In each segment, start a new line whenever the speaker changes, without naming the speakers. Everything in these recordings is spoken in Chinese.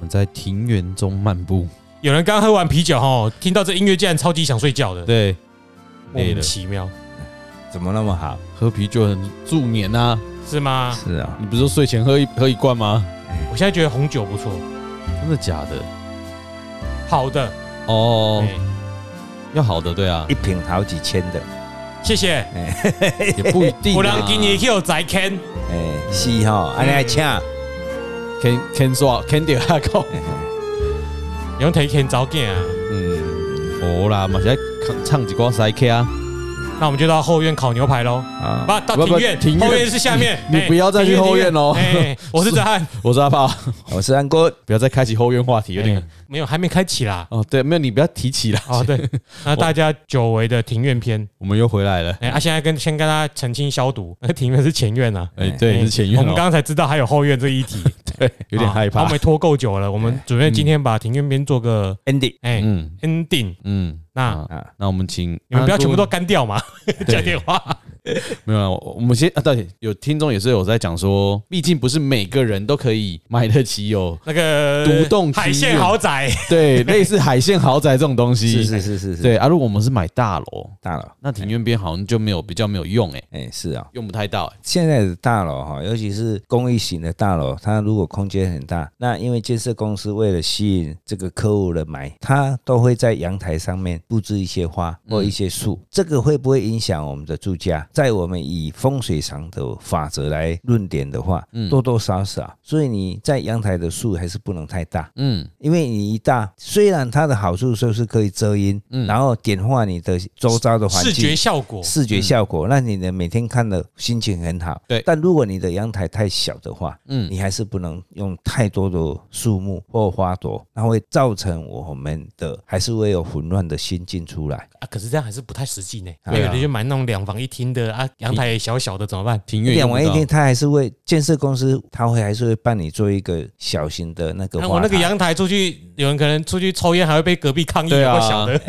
们在庭园中漫步，
有人刚喝完啤酒哈，听到这音乐竟然超级想睡觉的，
对，
莫
累
名
了，
其妙，
怎么那么好？
喝啤酒很助眠啊。
是吗？
是啊，
你不是说睡前喝一喝一罐吗？
我现在觉得红酒不错，
真的假的？
好的，
哦，
哎
要好的，对 啊
一，瓶好几千的，
谢谢。
也不一定
我
啊
让。今年去有宅 can，
哎，是哈，安尼还请，
can can 说 can 啊点下口，
哎你用 take can 早点啊。
嗯，哦啦，嘛是在唱唱几歌塞 K 啊，
那我们就到后院烤牛排喽，
啊，
不到
不
庭
不
院，
庭院
后院是下面，
你
哎
你不要再去
庭
后院喽
庭院哎，我是泽汉，
我是阿炮，
我是安哥，
不要再开启后院话 题，有点
哎没有，还没开启 啦。
哦，对，没有，你不要提起啦。
哦，对，那大家久违的庭院篇，
我们又回来了。
哎，啊，现在跟先跟大家澄清消毒，那庭院是前院啊。
哎，对，
哎
是前院哦，
我们刚刚才知道还有后院这一题，
对有点
啊
害
我
怕
们。也拖够久了，我们准备今天把庭院篇做个
Andy，
哎
嗯
ending。
嗯，
那
啊，那我们请
哎你们不要全部都干掉嘛， 讲点话。
没有了。我我们先啊，对，有听众也是有在讲说，毕竟不是每个人都可以买得起有
那个
独栋
海
庭
鲜
院
豪宅，
对类似海鲜豪宅这种东西。
是是是是是，
对啊，如果我们是买大楼，
大佬，
那庭院边好像就没有比较没有用哎，
哎，是啊，
用不太到哎。
现在的大楼哈，尤其是公益型的大楼，它如果空间很大，那因为建设公司为了吸引这个客户的买，它都会在阳台上面布置一些花
嗯
或一些树。这个会不会影响我们的住家？在我们以风水上的法则来论点的话，
嗯
多多少少，所以你在阳台的树还是不能太大。
嗯，
因为你一大，虽然它的好处就是可以遮阴，然后点化你的周遭的环
嗯视
境，
觉效果嗯
视觉效果，那你的每天看的心情很好。
对
但如果你的阳台太小的话，
嗯
嗯，你还是不能用太多的树木或花朵，那会造成我们的还是会有混乱的心境出来。
啊，可是这样还是不太实际呢。
啊
有的就买那种两房一厅的啊，阳台也小小的怎么办？
庭院
两完一
用不
天，它还是会建设公司，它会还是会帮你做一个小型的那个
那
花
我那个
坛
阳台出去，有人可能出去抽烟还会被隔壁抗议，
对啊
我 晓得。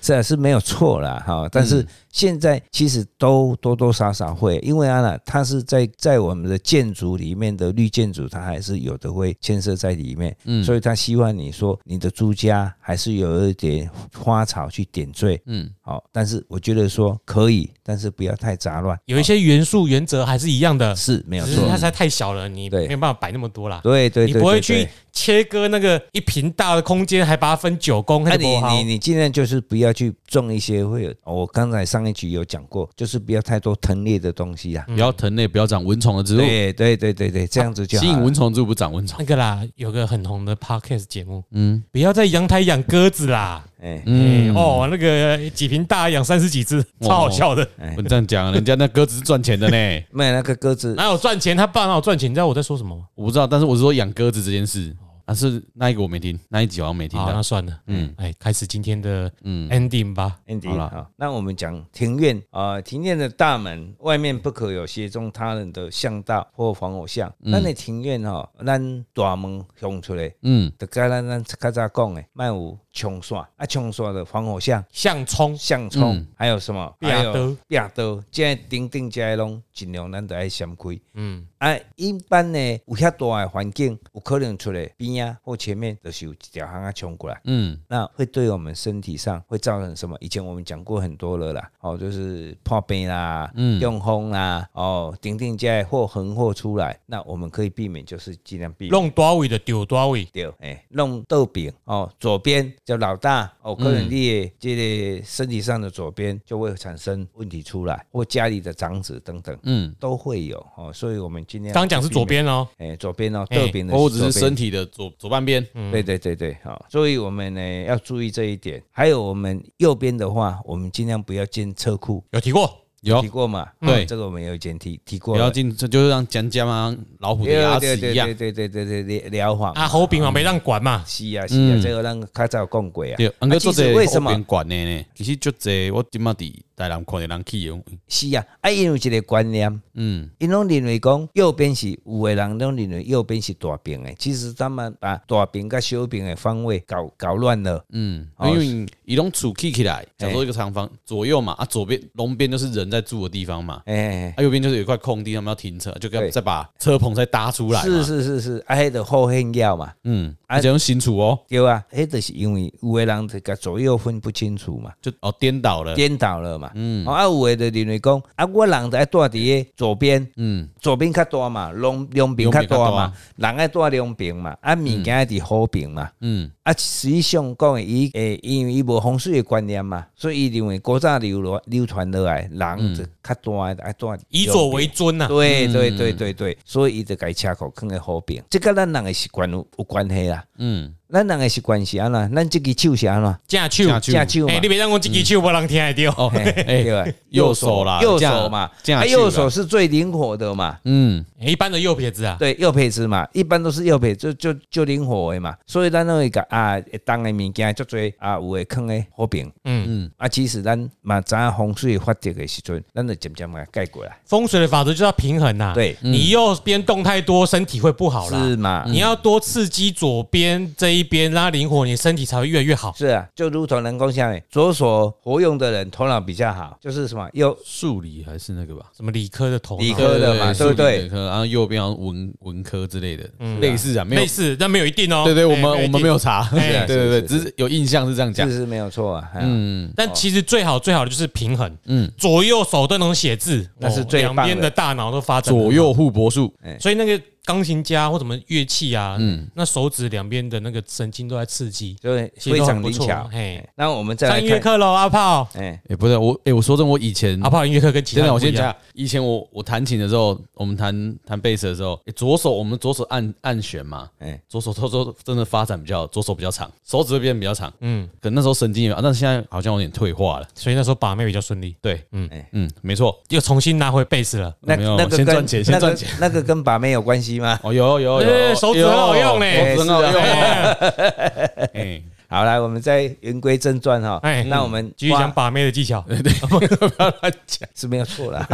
这是没有错啦，哈。但是现在其实都多多少少会，因为啊呢，它是在在我们的建筑里面的绿建筑，它还是有的会牵涉在里面，嗯，所以他希望你说你的住家还是有一点花草去点缀，嗯，好。但是我觉得说可以，但是不要太杂乱，
有一些元素原则还是一样的，
是没有
只是
错，
它实在太小了，你
对
没有办法摆那么多啦。
对对对，
你不会
对对
去切割那个一平大的空间，还把它分九宫，
那
那就不好
啊你你你尽量就是不要去种一些会有，我刚才上一局有讲过，就是不要太多藤类的东西啊。
到不要藤类，不要长蚊虫的植物，
对对对对对，这样子就好
吸引
了
蚊虫的植物不长蚊虫。
那个啦，有个很红的 podcast 节目，
嗯
不要在阳台养鸽子啦。
哎，
嗯
嗯，
哦，那个几平大养三十几只，超好笑的。
不嗯能这样讲，人家那鸽子是赚钱的呢。
卖那个鸽
啊
子，
哪有赚钱？他爸哪有赚钱？你知道我在说什么吗？
我不知道，但是我是说养鸽子这件事，啊是那一个我没听，那一集好像没听
好，
到
那。算了，嗯
嗯，
哎，开始今天的
嗯
ending 吧。
Andy
好了
好，那我们讲庭院啊、呃庭院的大门外面不可有协中他人的巷道或防火巷。那、你庭院哦，咱大门向出来，
嗯，
就该咱咱较早讲的，卖有冲刷啊，冲刷的防火巷、
向冲
巷冲，
嗯
还有什么？
壁刀
还有壁刀，这顶顶这些拢尽量咱都爱闪开。嗯，啊，一般呢有遐大的环境，有可能出来边啊或前面就是有一条巷啊冲过来。
嗯，
那会对我们身体上会造成什么？以前我们讲过很多了啦，哦，就是破病啦，嗯，用风啦，哦，顶顶在或横或出来，那我们可以避免，就是尽量避免。
弄多位的丢多位，
对，哎、弄豆饼哦，左边叫老大哦，可能你的这个身体上的左边就会产生问题出来，或家里的长子等等，
嗯，
都会有哦，所以我们尽量
刚讲是
去避
左
免，
边哦，
哎、左边哦，
哎
豆饼的
或者是
左边
身体的左左半边。
对对对对，好，所以我们呢要注意这一点。还有我们右边的话，我们尽量不要进车库，
有提过，
有
提，过嘛？
对
嗯这个我们有以前提提过
不
了。
要进，这就是让江江啊老虎的
对
牙
对
齿
对
一样
对。对对对对对，聊谎
啊，侯炳王没让管嘛，
是啊是啊，
嗯
这个让较早讲过啊。
对，俺哥
啊其
做
实
这
为什么
管呢呢？其实就这我今嘛的台南看的人去用，
是啊，啊，因为一个观念，
嗯，
因拢认为讲右边是有的人拢认为右边是大病的，其实他们把大病跟小病的方位搞搞乱了。
嗯，
哦
因为伊拢厝起起来，假如说一个长方左右嘛，啊左边龙边就是人在住的地方嘛，
哎、
啊右边就是有一块空地，他们要停车，就跟
对
再把车棚再搭出来嘛，
是是是是，啊，迄个后恨要嘛，
嗯，而且用新厝哦，
对啊，迄就是因为有的人这个左右分不清楚嘛，
就哦颠倒了，
颠倒了嘛。嗯，啊，有的就认为讲啊，我人就爱住伫个左边，
嗯，
左边较大嘛，两两边较大嘛，人爱住两边嘛，啊，物件爱伫好边嘛。
嗯，
啊，实际上讲的，伊诶，因为伊无风水的观念嘛，所以伊认为古早流落流传落来，
嗯
人就较大的爱住
以左为尊呐、啊。
对对对对对，所以伊就改车口放在好边，这甲咱人的习惯有有关系啦。
嗯，
咱人的习惯是安那，咱即个手是安那，
架手，
架手
正手嘛
哎，，你别让我自己手，我人听得到。
哦，
嘿
哎，
对吧？
右手啦
右
这样
手嘛，
这样
啊
手啦
右手是最灵活的嘛。
嗯，
哎一般的右撇子啊，
对，右撇子嘛，一般都是右撇，就就就灵活的嘛，所以咱那个啊，会当的物件足多啊，有的放咧好边，
嗯，
啊，其实咱嘛，知影风水发展的时阵，咱就渐渐嘛改过来，
风水的法则就是要平衡呐、啊
对
嗯
你右边动太多，身体会不好啦嗯
是。嘛？
你要多刺激左边这一边，让它灵活，你身体才会越来越好。
是啊，就如同人工下面，左手活用的人头脑比较好，就是什么右
数理还是那个吧。
什么理科的头脑，
理科的嘛，对不
数理
对？
科，然后右边好像文文科之类的，类似啊，没有
嗯类，似，但没有一定哦。
对对，我
哎
们我们没。
一定
有查，
哎
对对对，
是
只
是
是有印象是这样讲
这，是没有错啊，嗯，
嗯，
但其实最好最好的就是平衡，
嗯
嗯，左右手都能写字，哦
那是最
两
棒
边
的
的大脑都发展得很
左
好
右互搏术，
所以那个钢琴家或什么乐器啊，
嗯
那手指两边的那个神经都在刺激，
就是
其实
非
都很
常
不
灵
错
巧。。哎
嘿，
那我们再
上
来
音乐
看，
课喽，阿炮，
哎，
哎，不是我，哎，我说真的，我以前
阿炮音乐课跟其
真的，
他人
我
啊不一
先
样
讲，以前我我弹琴的时候，我们弹弹贝斯的时候，诶左手我们左手按按弦嘛，
哎
左手左手真的发展比较，左手比较长，手指会变得比较长，
嗯，
可那时候神经也，啊但现在好像有点退化了。
所以那时候把妹比较顺利，
对，嗯
哎
嗯，没错，
又重新拿回贝斯了。
那
没有
那个
先
跟
赚钱先
那个
赚钱
那个跟把妹有关 系吗？
哦，有有有
哎
有，
手指很好用
嘞，
嘞
手指很好用哦，
哎
哎，
好，来，我们再言归正传哈。
哎
那我们
继续
花
讲把妹的技 巧，
是没有错啦。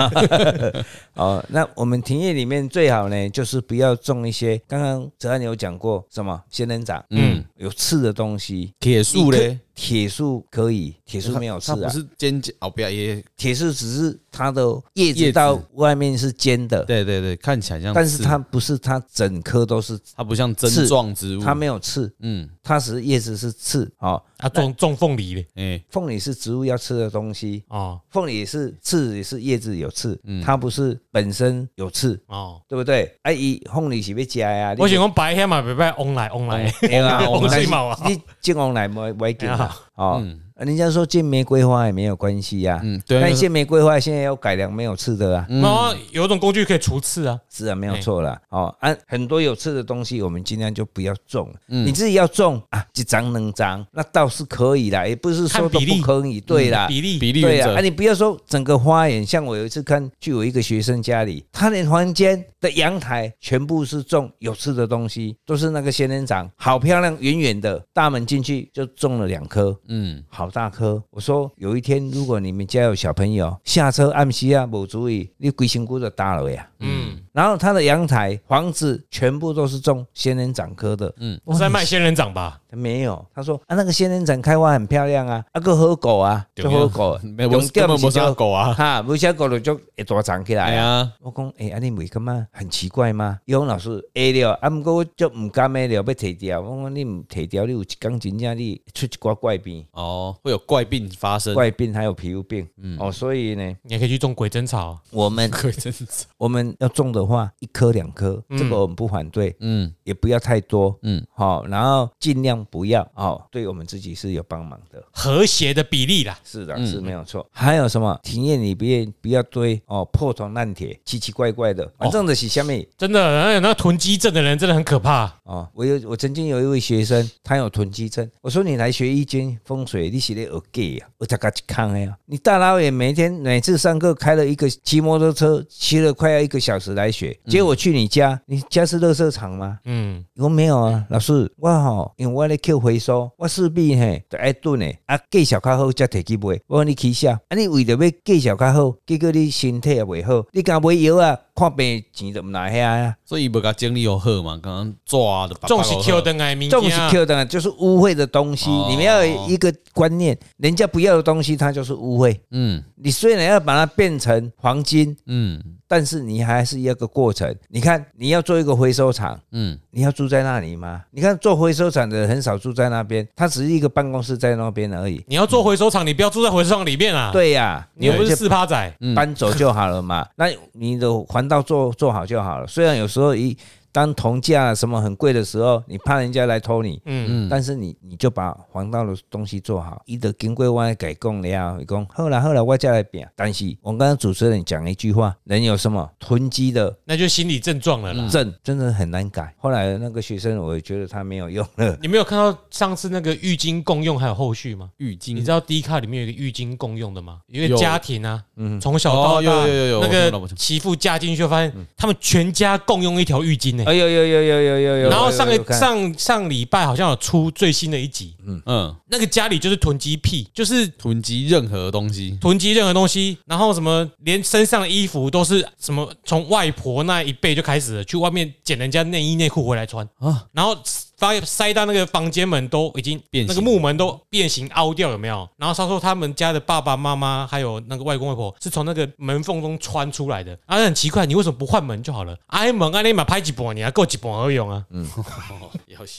哦，那我们庭院里面最好呢，就是不要种一些刚刚泽安有讲过什么仙人掌，
嗯
嗯，有刺的东西。
铁树嘞，
铁树可以，铁树没有刺
它不
啊，
是尖尖哦，不要也，
铁树只是它的叶
叶
子
子
到外面是尖的，
对对对，看起来像刺，
但是它不是它整棵都是，
它不像针
刺
状植物，
它没有刺，
嗯，
它只是叶子是刺。哦，
啊，种种凤梨嘞，
哎，
凤梨是植物要吃的东西，
哦
凤梨也是刺也是叶子有刺，
嗯
它不是本身有刺，
哦，
对不对？啊，伊凤梨是要食呀，你
我想讲白天嘛，别别翁来翁来，
对啊，
红
但
水
是
毛啊
你进红来没没劲
哎
啊
呀？
哦，人家说进玫瑰花也没有关系呀。
嗯，
啊
对，嗯
但进玫瑰花现在要改良没有刺的啊，
然后有一种工具可以除刺啊，
是啊，没有错啦。
哎
哦，啊，很多有刺的东西我们尽量就不要种。
嗯
你自己要种啊，一张两张，那倒是可以啦，也不是
看
说都
比
不
例嗯
可以。对啦，
比例
比例
对
原
呀，啊，
则，
你不要说整个花园，像我有一次看，去我一个学生家里，他连房间的阳台全部是种有刺的东西，都是那个仙人掌，好漂亮，远远的，大门进去就种了两棵，
嗯，
好大棵。我说有一天如果你们家有小朋友下车暗时啊，没注意，你龟仙姑就打了呀。
嗯，
然后他的阳台、房子全部都是种仙人掌科的，
我是在卖仙人掌吧，
没有。他说啊，那个仙人掌开花很漂亮啊，啊个喝狗啊，就喝狗，
没有，我
重点
根本不
是
是要狗啊，
哈，无啥高头就会大涨起
哎
来啊。
呀，
我讲，诶、安尼袂感觉很奇怪吗？伊讲老师会了，啊，毋过我就毋甘买了，要摕掉。我讲你毋摕掉，你有一工真正你出一寡怪病，
哦，会有怪病发生，
怪病还有皮肤病。
嗯
哦，所以呢，
你也可以去种鬼针草，啊
我们
鬼真是，
我们要种的话，一颗两颗，这个我们不反对，
嗯
也不要太多。
嗯，
好、然后尽量不要哦，对我们自己是有帮忙的。
和谐的比例啦，
是的，是没有错。还有什么庭院里边不要堆哦破铜烂铁、奇奇怪怪的，反正的是下面
真的，哎那囤积症的人真的很可怕。
哦，我有我曾经有一位学生，他有囤积症，我说你来学易经风水，你写的有 gay 啊，我大概去看哎呀，你大老远每天每次上课开了一个骑摩托车，骑了快要一个小时来学，结果去你家，你家是垃圾场吗？
嗯，
我说没有啊，老师，我吼、因为我咧扣回收，我势必嘿得爱炖诶，啊，技巧较好才摕去卖。我讲你起下，啊，你为着要技巧较好，结果你身体也袂好，你敢买药啊？看病钱就毋拿遐啊，
所以伊无甲精力有好嘛，刚刚抓的
重视 Q 灯哎，明
重视 Q 的就是污秽的东西，
哦
你们要有一个观念，人家不要的东西，它就是污秽。
嗯
你虽然要把它变成黄金，
嗯
但是你还是要个过程。你看，你要做一个回收厂，
嗯
你要住在那里吗？你看做回收厂的人很少住在那边，他只是一个办公室在那边而已。
你要做回收厂，你不要住在回收厂里面啊。，
对呀、
你又
你有
不是嗯
些
四趴仔，
搬走就好 了嘛。那你的环道做做好就好了。虽然有时候一当铜价什么很贵的时候，你怕人家来偷你，
嗯，
嗯，
但是你你就把黄道的东西做好，伊的经过我的改供了，伊讲后来后来我再来变。但是我刚刚主持人讲一句话，人有什么囤积的
那就心理症状了啦。
症，真的很难改。后来那个学生，我也觉得他没有用了。
你没有看到上次那个浴巾共用还有后续吗？
浴巾
你知道 D 卡里面有一个浴巾共用的吗？有一个
嗯有
家庭啊，
嗯
从小到
哦
大，
有有有有我
那
知道我
个
知道
媳妇嫁进去，发
嗯
现他们全家共用一条浴巾呢、
哎呦呦呦呦呦呦呦！
然后上
有有
个
看
上上礼拜好像有出最新的一集，
嗯
那个家里就是囤积癖，就是
囤积任何东西，
囤积任何东西，然后什么连身上的衣服都是什么从外婆那一辈就开始了，去外面捡人家内衣内裤回来穿
啊
啊，然后发塞到那个房间门都已经
变形
那个木门都变形凹掉有没有？然后他说他们家的爸爸妈妈还有那个外公外婆是从那个门缝中穿出来的，啊很奇怪，你为什么不换门就好了？挨门啊，你嘛拍几波你啊，够几波而用啊，
哦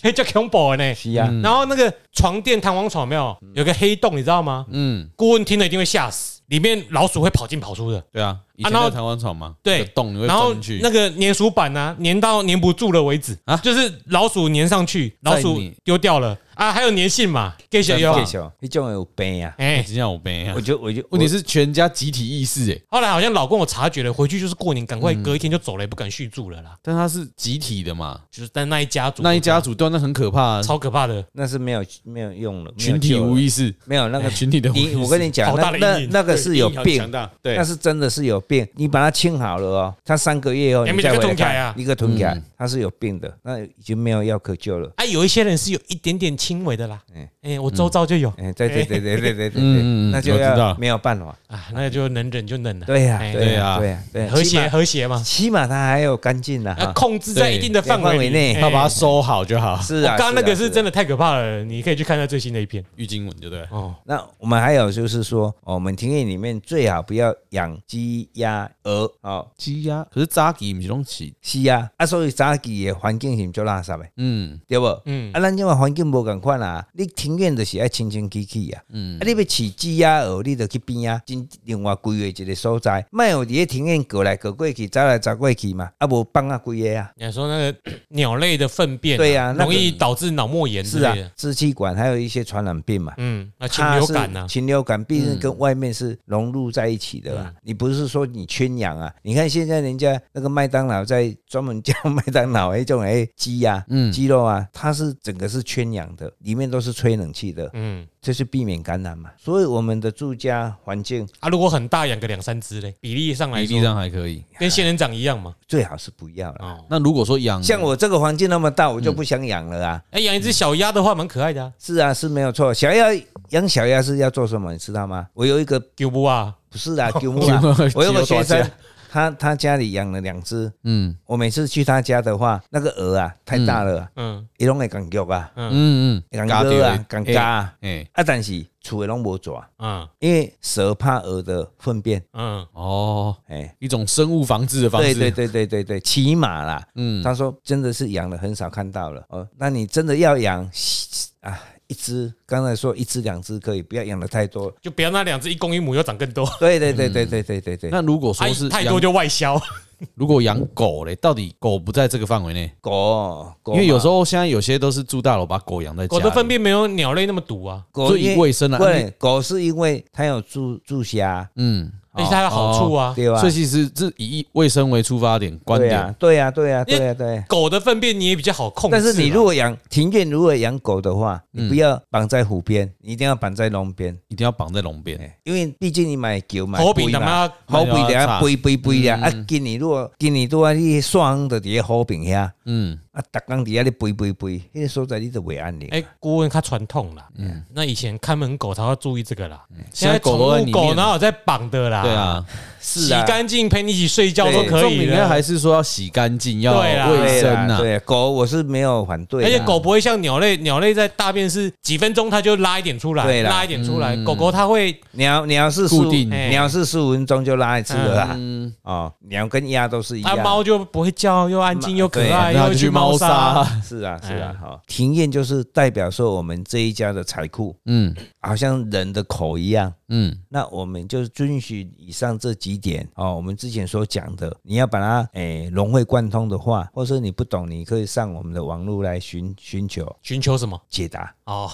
嘿叫恐怖的呢。
是啊，
嗯
然后那个床垫弹簧床有没有有个黑洞，你知道吗？
嗯，
顾问听了一定会吓死，里面老鼠会跑进跑出的。
对啊，以前
然后
在台湾闯嘛，
对
有洞你会
然后
钻进去
那，个粘鼠板呢、啊，粘到粘不住了为止
啊
就是老鼠粘上去，老鼠
你
丢掉了啊，还有粘性嘛，给小优，
介绍，你种有病啊！
哎、
这样我背啊
我，就我就
问题是全家集体意识哎，
后来好像老公我察觉了，回去就是过年，赶快
嗯
隔一天就走了，也不敢续住了啦。
但它是集体的嘛，
就是但那一家族，
那一家族对啊，那很可怕啊，
超可怕的，
那是没有没有用了，没有
群体
救了
无意识，
没有那个
群体的无意
你
识
我跟你讲，
好
那
大的
那
阴影
那个是有病，
大，
那
对，
是真的是有病。你把它清好了哦，它三个月后
哎
你再
你给它
回来
吞起来
看
啊，
一个吞起来
嗯，
它是有病的，那已经没有药可救了。
啊，有一些人是有一点点轻微的啦，哎、
嗯
我周遭就有、
哎，对对对对对对对
嗯
对，
嗯嗯
那就
我知
要
道
没有办法。
嗯
啊，那就能忍就忍了，
对呀，
哎
对呀，
哎
对呀，对呀，
和
起
谐
码，
和谐嘛，
起码它还有干净了
要啊
哈。
控制在一定的范
啊范
围
围
里
内
哎
要把它收好就好，
是
我
啊，
刚刚那个是真
的。
的太可怕了，你可以去看一下最新的一篇
浴巾吻就对了，
哦。
那我们还有就是说，哦我们庭院里面最好不要养鸡、鸭、鹅哦，
鸡呀，可是扎鸡不是拢起，
是啊，啊，所以早期的环境是不是很垃圾的，
嗯
对不？
嗯，
啊，咱即嘛环境无共款啊，你庭院就是爱清清气气啊。
嗯
啊，你要饲鸡啊、鹅，你就去边啊，真另外规划一个所在，莫有伫个庭院过来过过去，走来走过去嘛，啊无放啊规个啊。
你说那个鸟类的粪便、
对啊那个
容易导致脑膜炎之
是啊
类的。，
支气管还有一些传染病嘛，
嗯，啊，禽
它
流
是
感呐、啊，
禽流感毕竟跟外面是融入在一起的
嗯
啦。你不是说你圈养啊？你看现在人家那个麦当劳在专门叫麦当劳那种哎鸡呀、
嗯
鸡肉啊，它是整个是圈养的，里面都是吹冷气的，
嗯，
这是避免感染嘛。所以我们的住家环境
啊，如果很大养个两三只嘞，比例上来
比
说
例上还可以。
跟仙人掌一样嘛。
最好是不要了。
哦，
那如果说养
像我这个环境那么大，
嗯
我就不想养了啊。
哎、养一只小鸭的话蛮可爱的啊，
是啊，是没有错。小鸭养小鸭是要做什么，你知道吗？我有一个
丢不啊？
不是 啊，鸠木
鸠
啊
木，
我有个学
鸠多
生
家，
他他家里养了两只，
嗯
我每次去他家的话，那个鹅啊太大了啊，
嗯，
伊拢会感觉啊，
嗯
感觉啊，感觉啊，
哎
啊，但是厝的拢无抓，
嗯，
因为蛇怕鹅的粪便，
嗯，
哦，
哎，
一种生物防治的方
对
式，
对对对对对，骑马啦，
嗯
他说真的是养了很少看到了哦，那你真的要养啊，一只，刚才说一只两只可以，不要养的太多。
就不要那两只一公一母又长更多，
对对对对对对对对，
那如果
啊
说是
太
养
多就外 销。
如果养狗嘞，到底狗不在这个范围内？
狗，狗
因为有时
候
候现在有些都是住大楼，把狗养在家
狗
里，
的粪便没有鸟类那么毒啊。
狗
最
因为
卫生啊
对，狗是因为它有蛀蛀虾，
嗯，
而
哦
且它有好处啊。
对吧？
所以其实是以卫生为出发点观
对啊
点，
呀，对呀，对呀，
因为
对呀，对啊。
狗的粪便你也比较好控制
啊
啊嘛，
但是你如果养庭院，如果养狗的话，
嗯
你不要绑在湖边，你一定要绑在笼边，
一定要绑在笼边。
哎因为毕竟你买狗买
头饼
龟
他
嘛，
妈
好饼
那就要嗯
的
插
肥肥肥呀！啊，今年如果今年都啊，你双的伫个好饼遐，
嗯，
啊，逐工伫遐咧肥肥肥，迄个所在你就袂安宁。
哎，顾问他传统啦，嗯，那以前看门狗才要注意这个啦，
嗯现
现
在
在
狗
宠
都在里
物
面
狗哪有在绑的啦？
对，啊，
洗干净陪你一起睡觉都
对
可
重
以
点应该
的。
还是说要洗干净，要
对啦
卫
对
生啊哎
啦
呐。
啊对狗我是没有反对
啊
而
啦，
且狗不会像鸟类，鸟类在大便是几分钟它就拉一点出来，
对啦
拉一点出来。
嗯
狗狗它会
鸟鸟是
固
15
定
哎
鸟是十五分钟就拉一次的啦。
嗯，
哦，鸟跟鸭都是一
啊，
样。
猫就不会叫，又安静又可爱，
然后
又
就去
啊去
猫
猫砂。
砂。
是啊，是
哎
啊，好，庭院就是代表说我们这一家的财库，
嗯
好像人的口一样。
嗯，
那我们就遵循以上这几点哦，我们之前所讲的，你要把它诶融会贯通的话，或者你不懂，你可以上我们的网络来寻寻求
寻求什么？
解答
哦，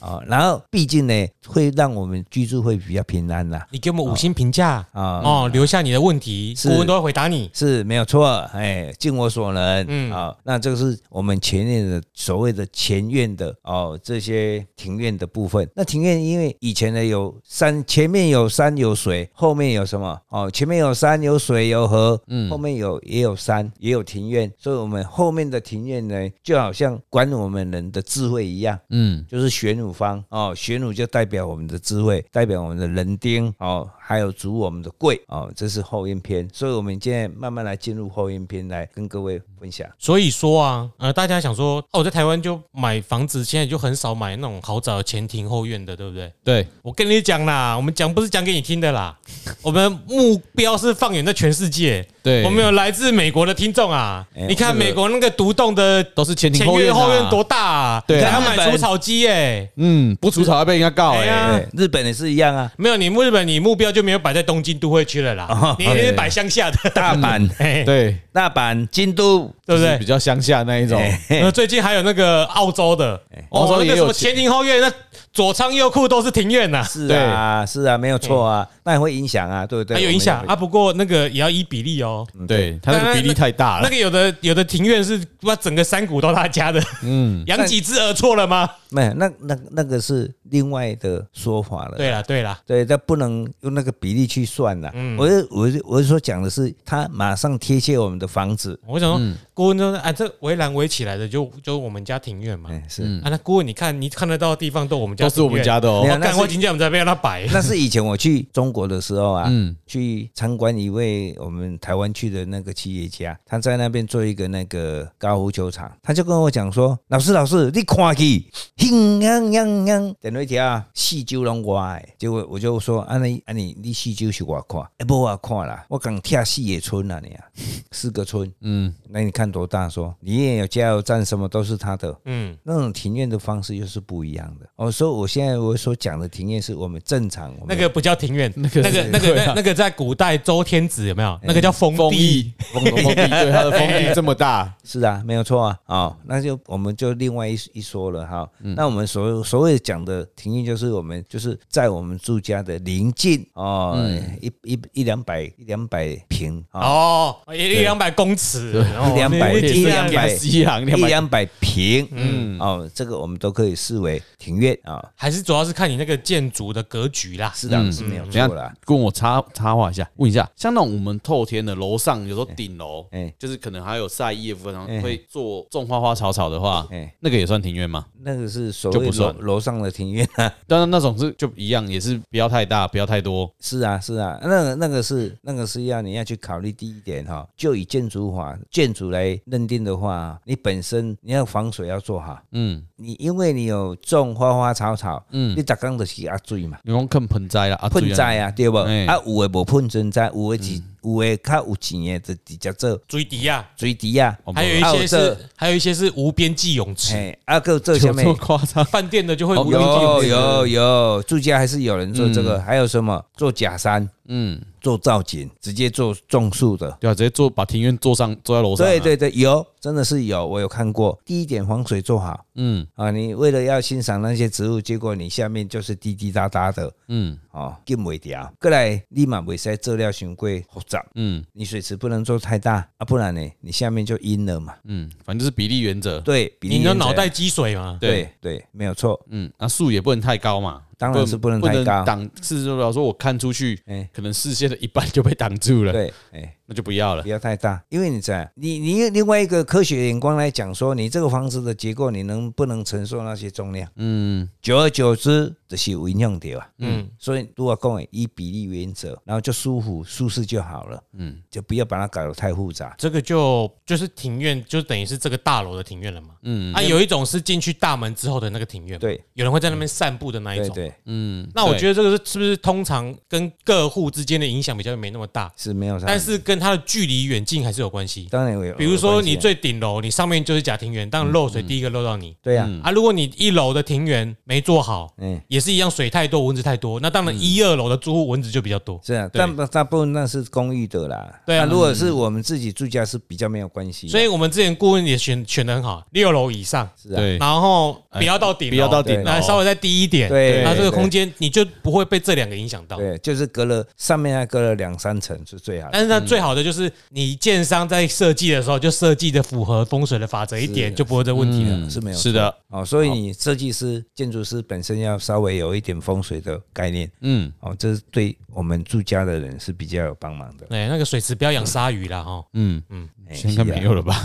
哦。然后，毕竟呢，会让我们居住会比较平安啦
你给我们五星评价
嗯
啊、
哦，留下你的问题，
是
顾问都会回答你。
是没有错，哎，尽我所能，
嗯
嗯啊、那这个是我们前院的所谓的前院的哦，这些庭院的部分。那庭院因为以前呢有山，前面有山有水，后面有什么哦？前面有山有水有河，嗯，后面有也有山也有庭院，所以我们后面的庭院呢，就好像管我们人的智慧一样，
嗯，
就是玄武方哦，玄武就代表我们的智慧，代表我们的人丁哦，还有主我们的贵哦，这是后院篇，所以我们现在慢慢来进入后院篇来跟各位分享。
所以说啊，呃，大家想说，哦，我在台湾就买房子，现在就很少买那种豪宅有前庭后院的，对不对？
对，
我跟你讲啦，我们讲不是讲给你听的啦，我们目标是放眼在全世界。
对
我们有来自美国的听众啊，
哎
你看
这个
美国那个独栋的
都是前庭
前
后院
院
啊
后院多大啊？
对啊
还要买除草机哎，
嗯，不除草要被人家告
哎
哎。
呀
对，日本也是一样啊，
没有你日本，你目标就没有摆在东京都会区了啦，你一定是摆乡下的。
大阪、
哎，
对，
大阪、京都，
对
就
不
是比
对？
较乡下那一种。
哎
呃，最近还有那个澳洲的，
哎澳洲
哦，那
也
个什
有
么前庭后院，那左仓右库都是庭院呐，
是啊，是啊，没有错啊，那也会影响啊，对不对？
还有影响哎啊。不过那个也要依比例哦，
嗯对，它那个比例太大
那
了。
个有的有的庭院是把整个山谷都他家的，嗯， 养几只鹅错了吗？
没有，那那那个是另外的说法了。
对啦啊对啦，
对，但不能用那个比例去算啦。
嗯
我是我是我是说讲的是，它马上贴切我们的房子，
我想
嗯
说，顾问就说啊，这围栏围起来的就就是我们家庭院嘛。
哎，是。
啊，那顾问你看你看得到的地方都我们家
嗯都
庭院，
是我们家的
我
哦
没，有
干
那是
我今天我们在被他摆，
那是以前我去中国的时候啊，
嗯
去参观一位我们台湾去的那个企业家，他在那边做一个那个高尔夫球场，他就跟我讲说：“老师，老师，你看去，哼哼哼哼，点了一条啊，四周拢我的。”结果我就说：“啊你啊你，你四周是我看，哎、不我看啦，我刚拆四个村啊你啊，四个村，
嗯，
那你看多大说，里面有加油站，什么都是他的。”
嗯，
那种庭院的方式又是不一样的哦，所以我现在我所讲的庭院是我们正常我们
那个不叫庭院，那
个
个那个那
对啊哎
个那个在古代周天子有没有？那个叫封
封
地。
地，封封地，对，它的封地这么 大，
是啊，没有错啊，哦，那就我们就另外一一说了哈。
嗯
那我们所所谓讲的庭院，就是我们就是在我们住家的邻近哦，
嗯
一一一两百一两百平啊，
哦，一一两百公尺，
一两百
一
一
两
两
百，
百
西洋两
一
百，
两百平，嗯，哦，这个我们都可以视为庭院啊。
还是主要是看你那个建筑的格局啦。
是的，是没有
等一
错
下
啦。
跟我插插话一下，问一下，像那种我们透天的楼上，有时候顶楼，
哎
就是可能还有晒衣服，然后
哎
会做种花花草草的话
哎，
那个也算庭院吗？
那个是所
就
谓
不
楼
算
楼上的庭院啊，
当然那种是就一样，也是不要太大，不要太多。
是啊，是啊，那个那个是那个是要你要去考虑第一点哈、就以建筑法建筑来认定的话，你本身你要防水要做好，
嗯，
你因为你有种花花草草，
嗯
嗯，你逐工就是压水嘛，
你用看盆栽啦，啊
喷，
水啊
栽啊，对不？
哎嗯
啊，有的无喷真栽，有的是有诶较有钱诶，就直接做
水滴啊，
水池啊，
哦
还有一
啊
些
有这
是，还有一些是无边际泳池，
嘿，啊，还有做
有
什
这
么？
么夸张？
饭店的就会无边际泳
有
池。
有有，住家还是有人做这个，还有什么做假山、
嗯，
做造景，直接做种树的。
对啊，直接坐把庭院坐上，坐在楼上、啊。
对，对对，有，真的是有，我有看过。第一点，防水做好
嗯
啊，你为了要欣赏那些植物，结果你下面就是滴滴答答的
嗯
哦，禁袂掉。过来，立马袂使做料太过复杂，
嗯
你水池不能做太大啊，不然呢，你下面就阴了嘛。
嗯，反正就是比例原则。
对，比例
你的
原则
脑袋积水嘛？
对对，没有错。
嗯，那树也不能太高嘛，
当然是不能太高
挡是就比方说我看出去，
嗯
哎
可能视线的一半就被挡住了，
对，哎，
那就不要了
不。要太大，因为你在你你另外一个科学眼光来讲说，你这个房子的结构，你能不能承受那些重量？
嗯
久而久之，就是有影响到啊。
嗯，
所以如果讲的以比例原则，然后就舒服舒适就好了，
嗯
就不要把它搞得太复杂。
这个就就是庭院，就等于是这个大楼的庭院了嘛。
嗯
啊，有一种是进去大门之后的那个庭院，，
对
有人会在那边散步的那一
对
种。
对，
嗯，
那我觉
得
得这个是是不是通常跟各户之间的影响比较没那么大，
是啊没有啥。
但是跟它的距离远近还是有关系。
当然有，
比如说
啊
你
有关系
最顶楼，你上面就是假庭园，但漏水第一个漏到你
啊对呀、
嗯
啊。如果你一楼的庭园没做好，
嗯，
也是一样，水太多，蚊子太多。那当
嗯
然，一二楼的住户蚊子就比较多。
是啊，
对
但大部分那是公寓的啦。
对啊
那
嗯
如果是我们自己住家是比较没有关
啊
系的，
所以我们之前顾问也选选的很好，六楼以上，
是啊，
对，哎
然后不要到顶楼，
不要到顶楼，
对
那稍微再低一点，
对
那这个
对
空间你就不会被这两个影响到。
对，就是隔了上面还隔了两三层是最好的。
但
嗯
是呢，最好的就是你建商在设计的时候就设计的符合风水的法则一点，就不会有这问题了。
嗯
是没有
是的，
哦，所以你设计师、建筑师本身要稍微有一点风水的概念
嗯
哦，这是对我们住家的人是比较有帮忙的。哎
哎，那个水池不要养鲨鱼啦，哈，
嗯
嗯
嗯，哦现在应
啊
该没有了吧？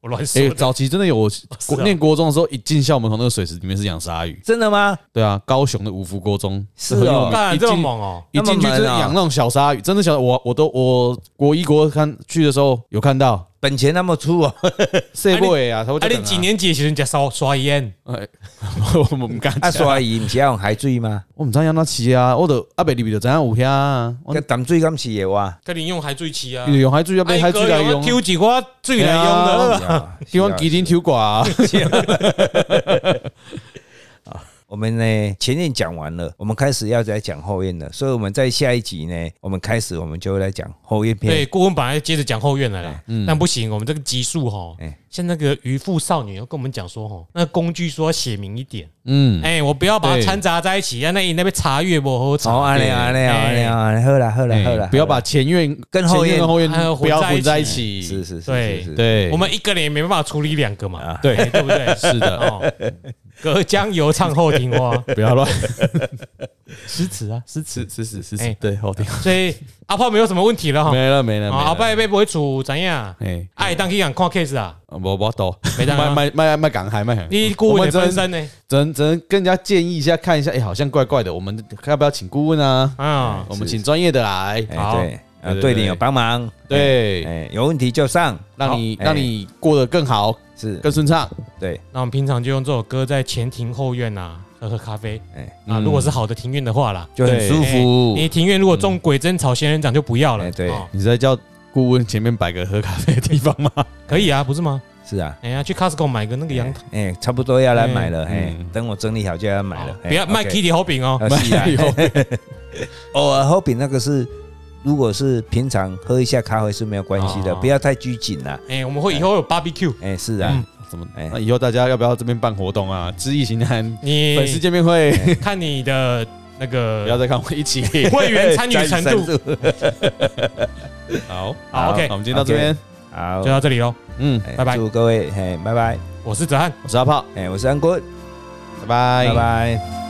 我乱 说
哎，
的。
早期真的有，我国
啊
念国中的时候，一进校门口那个水池里面是养鲨鱼，
真的吗？
对啊，高雄的五福国中
是
很有
哦
名
干
一
这么
进
猛哦！
一进去就是
那么猛啊
养那种小鲨鱼，真的小，我我都我国一国二看去的时候有看到
本钱那么 粗哦，
C boy 啊，他会
啊，你几？年级的时候你才烧刷烟？
哎， 我们敢
啊，所以你是要用海水吗？
我毋知影哪饲啊，我着阿伯入去着知影有遐啊，我
跟淡水敢是 有啊？
跟你用海最期啊
你，用海水要
啊
买海水来用，哎
抽几块水来用
对
的。
希望基
是啊
丁抽挂 啊。
啊我们呢前面讲完了，我们开始要再讲后院了，所以我们在下一集呢，我们开始我们就会来讲后院篇。
对，顾问本来接着讲后院来
哎
了，
嗯
但不行，我们这个集数哈
哎，
像那个渔夫少女要跟我们讲说哈，那个工具说要写明一点，
嗯，
哎，我不要把它
哎对
掺杂在一起，啊，那你那边查阅不好
好，
查，
哦安利安利安利安利，好了好了好了，
哎不要把前院
跟后院
前跟后院
哎
不要混在一起。
是是是
对
是是，
对，
我们一个人也没办法处理两个嘛，
对
哎对不 对？
是的，
哦，隔江犹唱后 庭花，
不要乱
诗词啊，诗词。
是是是
哎
是，对，好听。
所以阿炮没有什么问题了哈，
没了没了，
哦
没了
阿伯被不会处怎样？
哎，
爱当去人看 case 啊，
啊无无到，
没当啊
卖卖卖卖港海卖港。
你顾
我
问
们
的
只
分
能
身呢？
只能只能跟人家建议一下，看一下，哎，好像怪怪的，我们要不要请顾问啊？
啊，
我们请专业的来，
哎
好
对，呃
对对
对你
对
有帮忙，
对，
哎，有问题就上，
让你
好
让
哎
你过得更好、
是
更顺畅。
对，
那我们平常就用这首歌在前庭后院啊喝喝咖啡
哎，
啊，
嗯
如果是好的庭院的话啦，哎
就很
对
舒服。
你庭院如果种鬼针草仙人掌就不要了，
哎对
哦
你是在叫顾问前面摆个喝咖啡的地方 吗？
可以啊，不是吗？
是啊，
哎呀，去 Costco 买个那个阳台，
哎，差不多要来买了，哎
嗯，
等我整理好就要买了哎
哦。不要卖
K，
Kitty 好饼哦，
要是啊
哎呦，
偶尔喝饼那个是，如果是平常喝一下咖啡是没有关系的，
哦
不要太拘谨啦。
哎，我们会以后有 Barbecue，
哎，是啊，
嗯怎么？
哎
那以后大家要不要这边办活动啊？知易行难，
你
粉丝见面会，
看你的那
不要
个
再看我一 起。
会员参与 程度，
好，
好，OK，
那我们今天到这边，
好
就，到这里喽。
嗯，
哎
拜拜
祝各位，哎，拜拜，
我是泽汉。
我是阿炮，
哎，我是安坤，
拜拜，
拜拜。